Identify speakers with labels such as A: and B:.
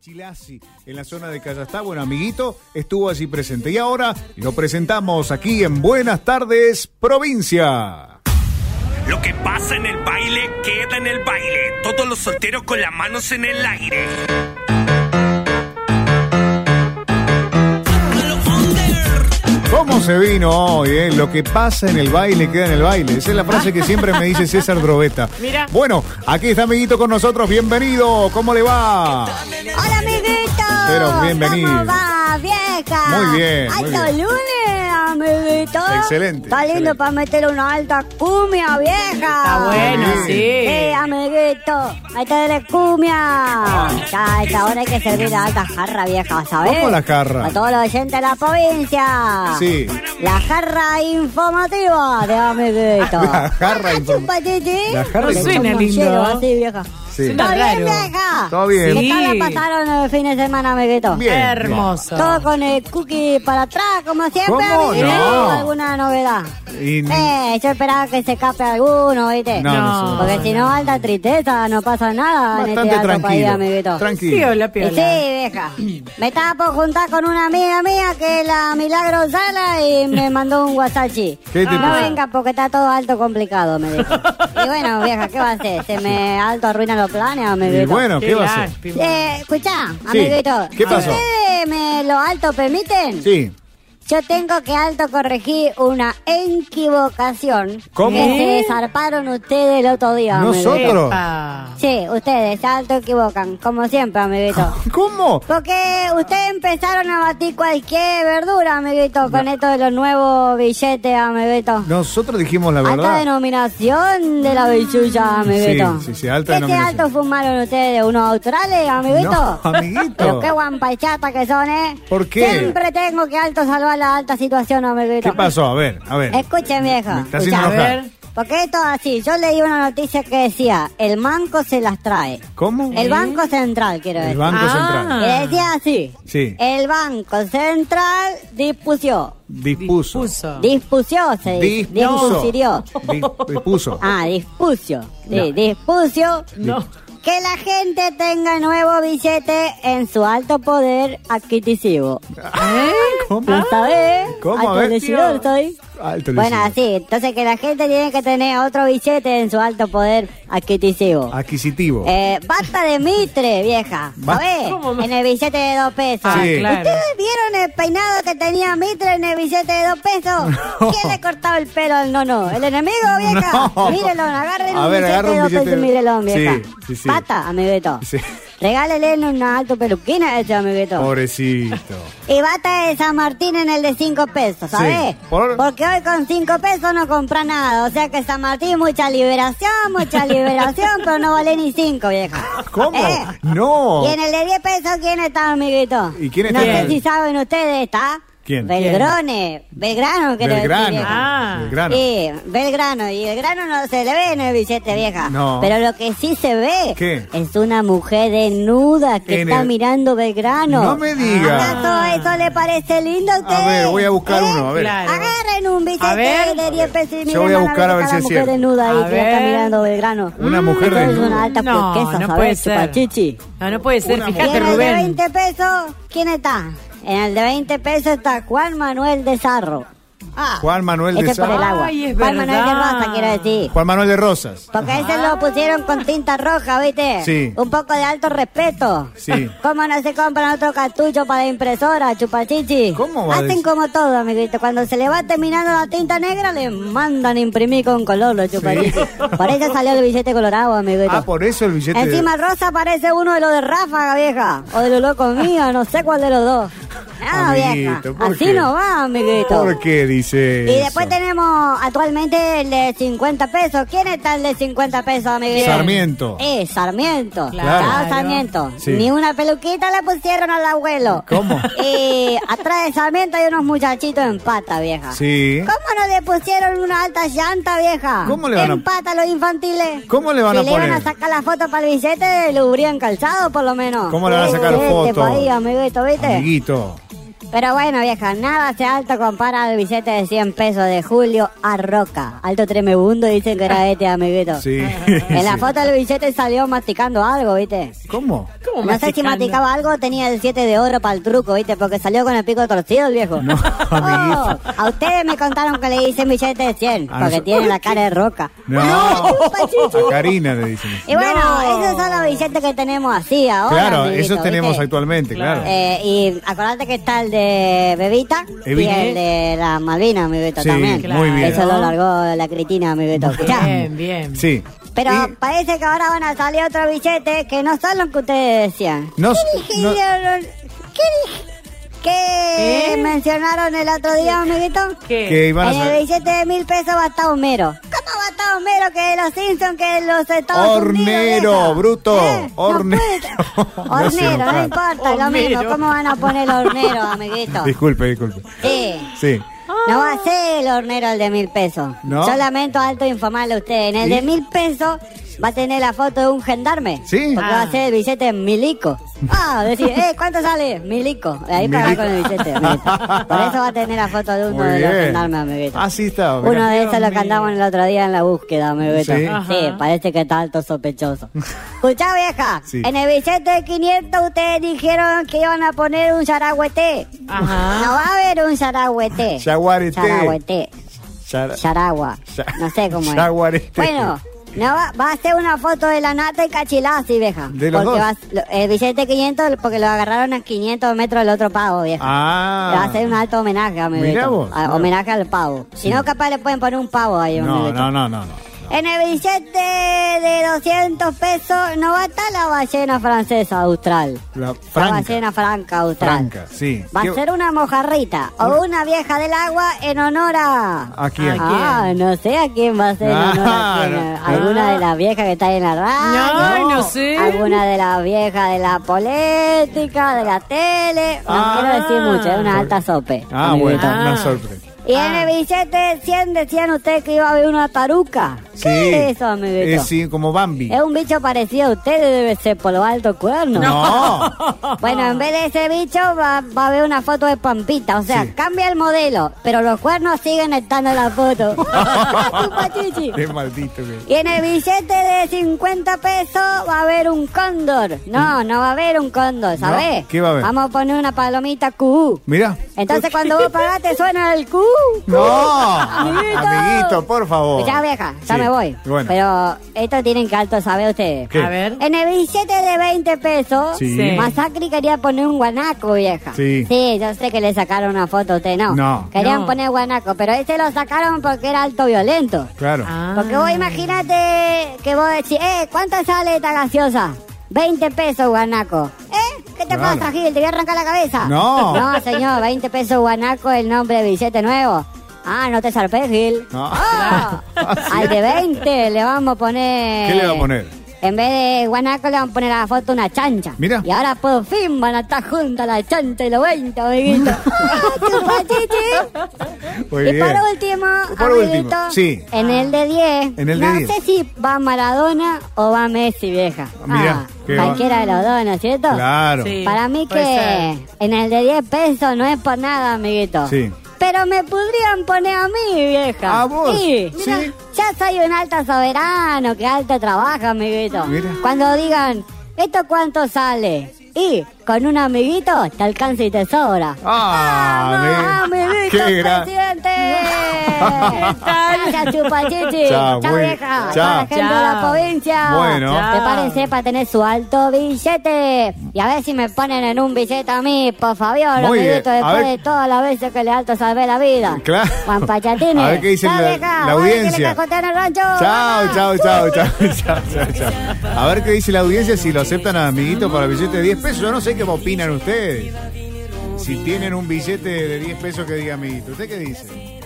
A: Chilasi, en la zona de Callastá. Bueno, amiguito, estuvo allí presente. Y ahora lo presentamos aquí en Buenas Tardes, Provincia.
B: Lo que pasa en el baile queda en el baile. Todos los solteros con las manos en el aire.
A: ¿Cómo se vino hoy? eh? Lo que pasa en el baile queda en el baile. Esa es la frase que siempre me dice César Drobeta.
C: Mira.
A: Bueno, aquí está amiguito con nosotros. Bienvenido. ¿Cómo le va?
D: Hola, amiguito.
A: Pero bienvenido.
D: ¿Cómo va, vieja?
A: Muy bien, muy
D: Alto
A: bien.
D: lunes, amiguito.
A: Excelente,
D: Está lindo
A: excelente.
D: para meter una alta cumbia, vieja.
C: Está bueno,
A: Sí.
C: sí.
D: Sí, amiguito, meterle cumbia. Ya, a esta hora hay que servir la alta jarra, vieja, ¿sabes?
A: ¿Cómo la jarra?
D: A todos los oyentes de la provincia.
A: Sí.
D: La jarra informativa de amiguito.
A: La jarra informa-
D: informativa.
A: La jarra
D: Le
A: informa-
D: tomo
C: Suena
D: un
C: lindo.
D: hielo así, vieja.
A: Sí.
C: Suena
D: ¿Todo bien,
C: raro.
D: vieja?
A: Todo bien.
D: ¿Qué tal
C: Sí.
D: la pasaron el fin de semana, amiguito?
A: Bien.
C: Hermoso.
D: Todo con el cookie para atrás, como siempre.
A: ¿Cómo
D: amiguito.
A: no?
D: ¿Alguna novedad?
A: Y-
D: Eh, yo esperaba que se escape alguno, ¿viste?
A: No, no,
C: No.
A: no.
D: Porque si no, alta tristeza, no pasa nada en este
A: Bastante
D: alto país,
A: tranquilo.
D: amiguito.
C: Sí,
A: Tranquilo.
C: hola,
D: Y
C: piola.
D: sí, vieja. Me estaba por juntar con una amiga mía que es la Milagro Sala y me mandó un WhatsApp.
A: ¿Qué te
C: Ah,
D: no
A: puso?
D: venga porque está todo alto complicado, me dijo. Y bueno, vieja, ¿qué va a hacer? ¿Se me alto arruinan los planes, amiguito?
A: Y bueno, ¿qué va a hacer?
C: lástima.
D: Eh, escuchá,
A: Sí,
D: amiguito.
A: ¿qué pasó?
D: ¿Ustedes me lo alto permiten?
A: Sí.
D: Yo tengo que alto corregir una equivocación
A: ¿Cómo?
D: que se zarparon ustedes el otro día, amiguito.
A: Nosotros.
C: Epa.
D: Sí, ustedes, se alto equivocan, como siempre, amiguito.
A: ¿Cómo?
D: Porque ustedes empezaron a batir cualquier verdura, amiguito, con esto de los nuevos billetes, amiguito.
A: Nosotros dijimos la
D: Alta
A: verdad.
D: denominación de la bichulla, amiguito.
A: Sí, sí, sí, alta
D: ¿Qué te
A: denominación.
D: alto fumaron ustedes? ¿Unos australes, amiguito?
A: No, amiguito.
D: Pero qué guampachata que son, ¿eh?
A: ¿Por qué?
D: Siempre tengo que alto salvar la alta situación, amiguito.
A: ¿Qué pasó? A ver, a ver.
D: Escuchen,
A: Me
D: vieja.
A: está haciendo
D: escuchá.
C: A
A: enojar.
C: ver.
D: Porque esto es así. Yo leí una noticia que decía, el banco se las trae.
A: ¿Cómo?
D: El Banco Central, quiero
A: El
D: decir.
A: Banco
C: Ah.
A: Central.
D: Y decía así.
A: Sí.
D: El Banco Central dispusió.
A: Dispuso.
C: Dispuso.
D: Dispusió, se dice.
A: Dispuso.
D: Dispusió.
A: Di- Dispuso.
D: Ah, dispuso. Sí, dispuso
C: No.
D: que la gente tenga nuevo billete en su alto poder adquisitivo.
A: ¿Cómo?
D: ¿Hasta ver?
A: Ah. ¿Cómo? A
D: Alto
A: ver.
D: decidor soy.
A: Alto
D: Ah. Bueno,
A: decidor.
D: así, entonces que la gente tiene que tener otro billete en su alto poder adquisitivo.
A: Adquisitivo.
D: Eh, basta de mitre, vieja.
A: Ba-
D: ¿Sabes?
C: ¿Cómo me-
D: En el billete de dos pesos.
A: Ah, Sí.
C: claro.
D: ¿Ustedes vieron el peinado que tenía Mitre en el billete de dos pesos?
A: No.
D: ¿Quién le cortaba el pelo al nono? ¿El enemigo, vieja?
A: No.
D: Mírenlo, agarren
A: A
D: un
A: ver,
D: billete
A: agarra
D: de
A: un
D: dos
A: billete
D: pesos y
A: de-
D: mírenlo, vieja.
A: Sí, sí, sí.
D: Pata, amiguito.
A: Sí.
D: Regálele una alto peluquina a ese amiguito.
A: Pobrecito.
D: Y bata de San Martín en el de 5 pesos, ¿sabes?
A: Sí, por-
D: Porque hoy con 5 pesos no compra nada. O sea que San Martín, mucha liberación, mucha liberación, pero no vale ni 5, vieja.
A: ¿Cómo?
D: ¿Eh?
A: No.
D: Y en el de 10 pesos, ¿quién está, amiguito?
A: ¿Y quién
D: No
A: está?
D: sé si saben ustedes, ¿está?
A: ¿Quién?
D: Belgrone. Belgrano, quiero decir,
A: Belgrano.
D: vieja.
C: Ah.
A: Belgrano.
D: Sí, Belgrano. Y el grano no se le ve en el billete, vieja.
A: No.
D: Pero lo que sí se ve
A: ¿Qué?
D: es una mujer desnuda que
A: En
D: está
A: el-
D: mirando Belgrano.
A: No me diga.
D: ¿Acaso eso le parece lindo a ustedes?
A: A ver, voy a buscar
D: ¿Eh?
A: uno. A ver.
C: Claro.
D: Agarren un
C: A
D: billete
C: ver.
D: de 10 pesos y
A: Yo voy a
D: miren
A: buscar a ver si
D: la
A: es
D: mujer
A: cierto.
D: desnuda ahí
C: A
D: que está
C: ver.
D: mirando Belgrano. Mm,
A: Una mujer
D: Esto es
A: desnuda.
D: una alta
C: No,
D: turquesa,
C: no
D: ¿sabes?
C: puede ser.
D: Chupachichi.
C: No, no puede ser.
A: Una
D: Y en
C: Fíjate,
D: el de
C: Rubén.
D: 20 pesos, ¿quién está? En el de 20 pesos está Juan Manuel de Zarro. Ah,
A: Juan Manuel de
D: ese por el
A: Sarro.
D: agua.
C: Ay, es
D: Juan Manuel de
C: verdad.
D: Rosa, quiero decir.
A: Juan Manuel de Rosas.
D: Porque a ese lo pusieron con tinta roja, ¿viste?
A: Sí.
D: Un poco de alto respeto.
A: Sí.
D: ¿Cómo no se compran otro cartucho para impresora, chupachichi?
A: ¿Cómo va a
D: Hacen
A: decir?
D: como todo, amiguito. Cuando se le va terminando la tinta negra, le mandan imprimir con color los chupachichi. Por eso salió el billete colorado, amiguito.
A: Ah, por eso el billete. de-
D: Encima Rosa parece uno de los de Ráfaga, vieja. O de los locos míos, no sé cuál de los dos. Nada, vieja.
A: Amiguito, ¿por
D: Así
A: qué?
D: no va, amiguito.
A: ¿Por qué dice
D: Y después
A: eso?
D: tenemos actualmente el de 50 pesos. ¿Quién está el de 50 pesos, amiguito?
A: Sarmiento.
D: Eh, Sarmiento.
C: Claro.
D: Chao, Sarmiento.
A: Sí.
D: Ni una peluquita le pusieron al abuelo.
A: ¿Cómo?
D: Y atrás de Sarmiento hay unos muchachitos en pata, vieja.
A: Sí.
D: ¿Cómo no le pusieron una alta llanta, vieja?
A: ¿Cómo le van a-
D: En pata a los infantiles.
A: ¿Cómo le van
D: Si
A: a
D: le van
A: poner?
D: a sacar la foto para el billete, lo hubieran calzado, por lo menos.
A: ¿Cómo le van a sacar
D: Este
A: foto?
D: país, amiguito, ¿viste?
A: Amiguito.
D: Pero bueno, vieja, nada se alto compara al billete de 100 pesos de Julio Arroca. Alto tremebundo dicen que era este, amiguito.
A: Sí.
D: En la
A: Sí.
D: foto del billete salió masticando algo, ¿viste?
A: ¿Cómo?
C: ¿Cómo
D: No sé si
C: masticando?
D: masticaba algo o tenía el 7 de oro para el truco, ¿viste? Porque salió con el pico torcido el viejo. Oh,
A: No, amiguito.
D: a ustedes me contaron que le dicen billete de 100,
A: A
D: porque
A: noso-
D: tiene la cara de roca.
A: No. A Karina le dicen.
D: Y bueno, esos son los billetes que tenemos así ahora.
A: Claro,
D: amiguito,
A: esos tenemos
D: ¿viste?
A: actualmente, claro.
D: Eh, y acordate que está el de Bebita
A: Evita.
D: y el de la Malvina, mi Beto,
A: Sí,
D: también.
A: muy bien.
D: Eso lo largó la Cristina, mi Beto. Escuchá.
C: Bien, bien.
A: Sí.
D: Pero
A: Y-
D: parece que ahora van a salir otros billetes que no son los que ustedes decían.
A: No,
D: ¿Qué
A: no-
D: dijeron? ¿Qué dij- qué
C: ¿Eh?
D: mencionaron el otro día, amiguito?
C: ¿Qué?
A: que iban a
D: En el
A: ser
D: billete de mil pesos va a estar Homero. ¿Cómo va a estar Homero que de los Simpsons que de los Estados
A: Hornero,
D: Unidos, vieja?
A: bruto,
D: ¿Eh? No
A: hornero.
D: puede-
A: No se
D: hornero, no,
A: enoja.
D: importa, lo
C: Hornero.
D: mismo. ¿Cómo van a poner hornero, amiguito?
A: Disculpe, disculpe.
D: Sí.
A: Sí.
D: No va a ser el hornero el de mil pesos.
A: Ah. No.
D: Yo lamento alto informarle a ustedes. En el
A: ¿Sí?
D: de mil pesos va a tener la foto de un gendarme.
A: ¿Sí?
D: Porque va a ser el billete de milico. Ah, decir, eh, ¿cuánto sale? Milico. Ahí para
A: Milico.
D: con el billete. amiguito. Por eso va a tener la foto de uno
A: Muy
D: de los
A: bien. Ah,
D: gendarmes, amiguito.
A: Así está. mirá.
D: Uno de esos
C: Dios
D: lo que andamos el otro día en la búsqueda, me
A: Sí.
D: beto. Sí,
A: Ajá.
D: parece que está alto sospechoso. Escuchá, vieja.
A: Sí.
D: En el billete de 500 ustedes dijeron que iban a poner un yaragüete.
C: Ajá.
D: No va a haber un yaragüete.
A: Yaguareté.
D: Yaragüete.
A: Ya-
D: Yaragua.
A: Ya-
D: No sé cómo es.
A: Yaguareté.
D: Bueno. No va, va a ser una foto de la nata y cachilazzi, vieja.
A: ¿De los
D: porque
A: dos?
D: va a- lo- el billete de 500 porque lo agarraron a 500 metros del otro pavo, vieja.
A: Ah.
D: Le va a hacer un alto homenaje a mi
A: Mirá
D: Beto.
A: vos.
D: A- homenaje al pavo. Si no, capaz le pueden poner un pavo ahí a mi
A: No,
D: Beto.
A: no, no, no. no.
D: En el billete de 200 pesos no va a estar la ballena francesa austral.
A: La
D: La
A: franca.
D: ballena franca austral.
A: Franca, sí.
D: Va
A: ¿Qué-
D: a ser una mojarrita o una vieja del agua en honor a...
A: ¿A quién?
C: Ah,
D: Ah, no sé a quién va a ser en honor a
A: Ah,
D: quién. eh.
A: no.
D: Alguna de las viejas que está ahí en la radio.
C: No, no sé.
D: Alguna de las viejas de la política, de la tele. No
A: Ah.
D: quiero decir mucho, es una alta sope.
A: Ah,
D: amiguito.
A: bueno, Ah.
C: Ah.
A: una sorpresa.
D: Y en el billete 100 decían ustedes que iba a haber una taruca. ¿Qué
A: Sí.
D: es eso, amiguito?
A: Eh, sí, como Bambi.
D: Es un bicho parecido a ustedes, debe ser por los altos cuernos.
A: No.
D: Bueno, en vez de ese bicho va, va a haber una foto de Pampita. O sea,
A: Sí.
D: cambia el modelo, pero los cuernos siguen estando en la foto. Chupa chichi.
A: Qué maldito que es.
D: Y en el billete de 50 pesos va a haber un cóndor. No, no va a haber un cóndor,
A: Mm. No,
D: ¿sabés?
A: ¿qué va a haber?
D: Vamos a poner una palomita QU.
A: Mirá.
D: Entonces cuando vos pagás te suena el QU.
A: No.
D: Amiguito.
A: Amiguito, por favor.
D: Ya vieja, ya
A: Sí.
D: me voy.
A: Bueno.
D: Pero esto tienen que alto saber ustedes.
A: ¿Qué?
C: A ver.
D: En el billete de 20 pesos,
A: Sí.
C: Sí.
D: Masacri quería poner un guanaco, vieja.
A: Sí.
D: yo sé que le sacaron una foto a usted, ¿no?
A: No.
D: Querían
C: No.
D: poner guanaco, pero ese lo sacaron porque era alto violento.
A: Claro.
C: Ah.
D: Porque vos imagínate que vos decís, eh, ¿cuánto sale esta gaseosa? 20 pesos, guanaco. ¿Eh? ¿Qué te
A: Claro.
D: pasa, Gil? ¿Te voy a arrancar la cabeza?
A: No.
D: No, señor, 20 pesos, guanaco, el nombre de billete nuevo. Ah, no te zarpes, Gil.
A: No.
D: Ah, al de 20 le vamos a poner...
A: ¿Qué le va a poner?
D: En vez de guanaco le vamos a poner a la foto una chancha.
A: Mira.
D: Y ahora por fin van a estar juntas la chancha y los 20, amiguito. Ah, chupa, chichi.
A: Muy
D: Y
A: bien.
D: por último,
A: Por último,
D: amiguito,
A: sí.
D: en el de 10,
A: En el de
D: no
A: 10.
D: sé si va Maradona o va Messi, vieja.
A: Ah, mirá, qué va-
D: cualquiera de los dos, ¿no es cierto?
A: Claro.
C: Sí.
D: Para mí
C: puede
D: que en el de 10 pesos no es por nada, amiguito.
A: Sí.
D: Pero me podrían poner a mí, vieja.
A: ¿A vos?
D: Sí.
A: Sí.
D: Mirá, Ya soy un alta soberano que alto trabaja, amiguito.
A: Mira.
D: Cuando digan, ¿esto cuánto sale? Y con un amiguito te alcanza y te sobra.
A: Ah,
D: ¡Vamos,
A: ve.
D: amiguito
A: Qué gran-
D: presidente!
A: ¿Qué
D: Gracias, chupachichi.
A: Chao,
D: Chao,
A: muy-
D: vieja.
A: chao.
D: Toda la gente de la
C: Chao.
D: provincia.
A: Bueno.
C: Chao.
D: Prepárense para tener su alto billete. Y a ver si me ponen en un billete a mí, por favor,
A: Muy bien.
D: amiguito,
A: A
D: después
A: ver-
D: de todas las veces que le alto salvé la vida.
A: Claro.
D: Juan Pachatini.
A: A ver qué dice
D: Chao,
A: la-
D: vieja.
A: la
D: Vamos, que le
A: audiencia.
D: cajotean el rancho.
A: Chao,
D: Vamos.
A: chao, chao, chao, chao, chao, chao. A ver qué dice la audiencia si lo aceptan a amiguito para billete de 10 pesos. Yo no sé qué opinan ustedes. Si tienen un billete de 10 pesos que diga amiguito. ¿Usted qué dice?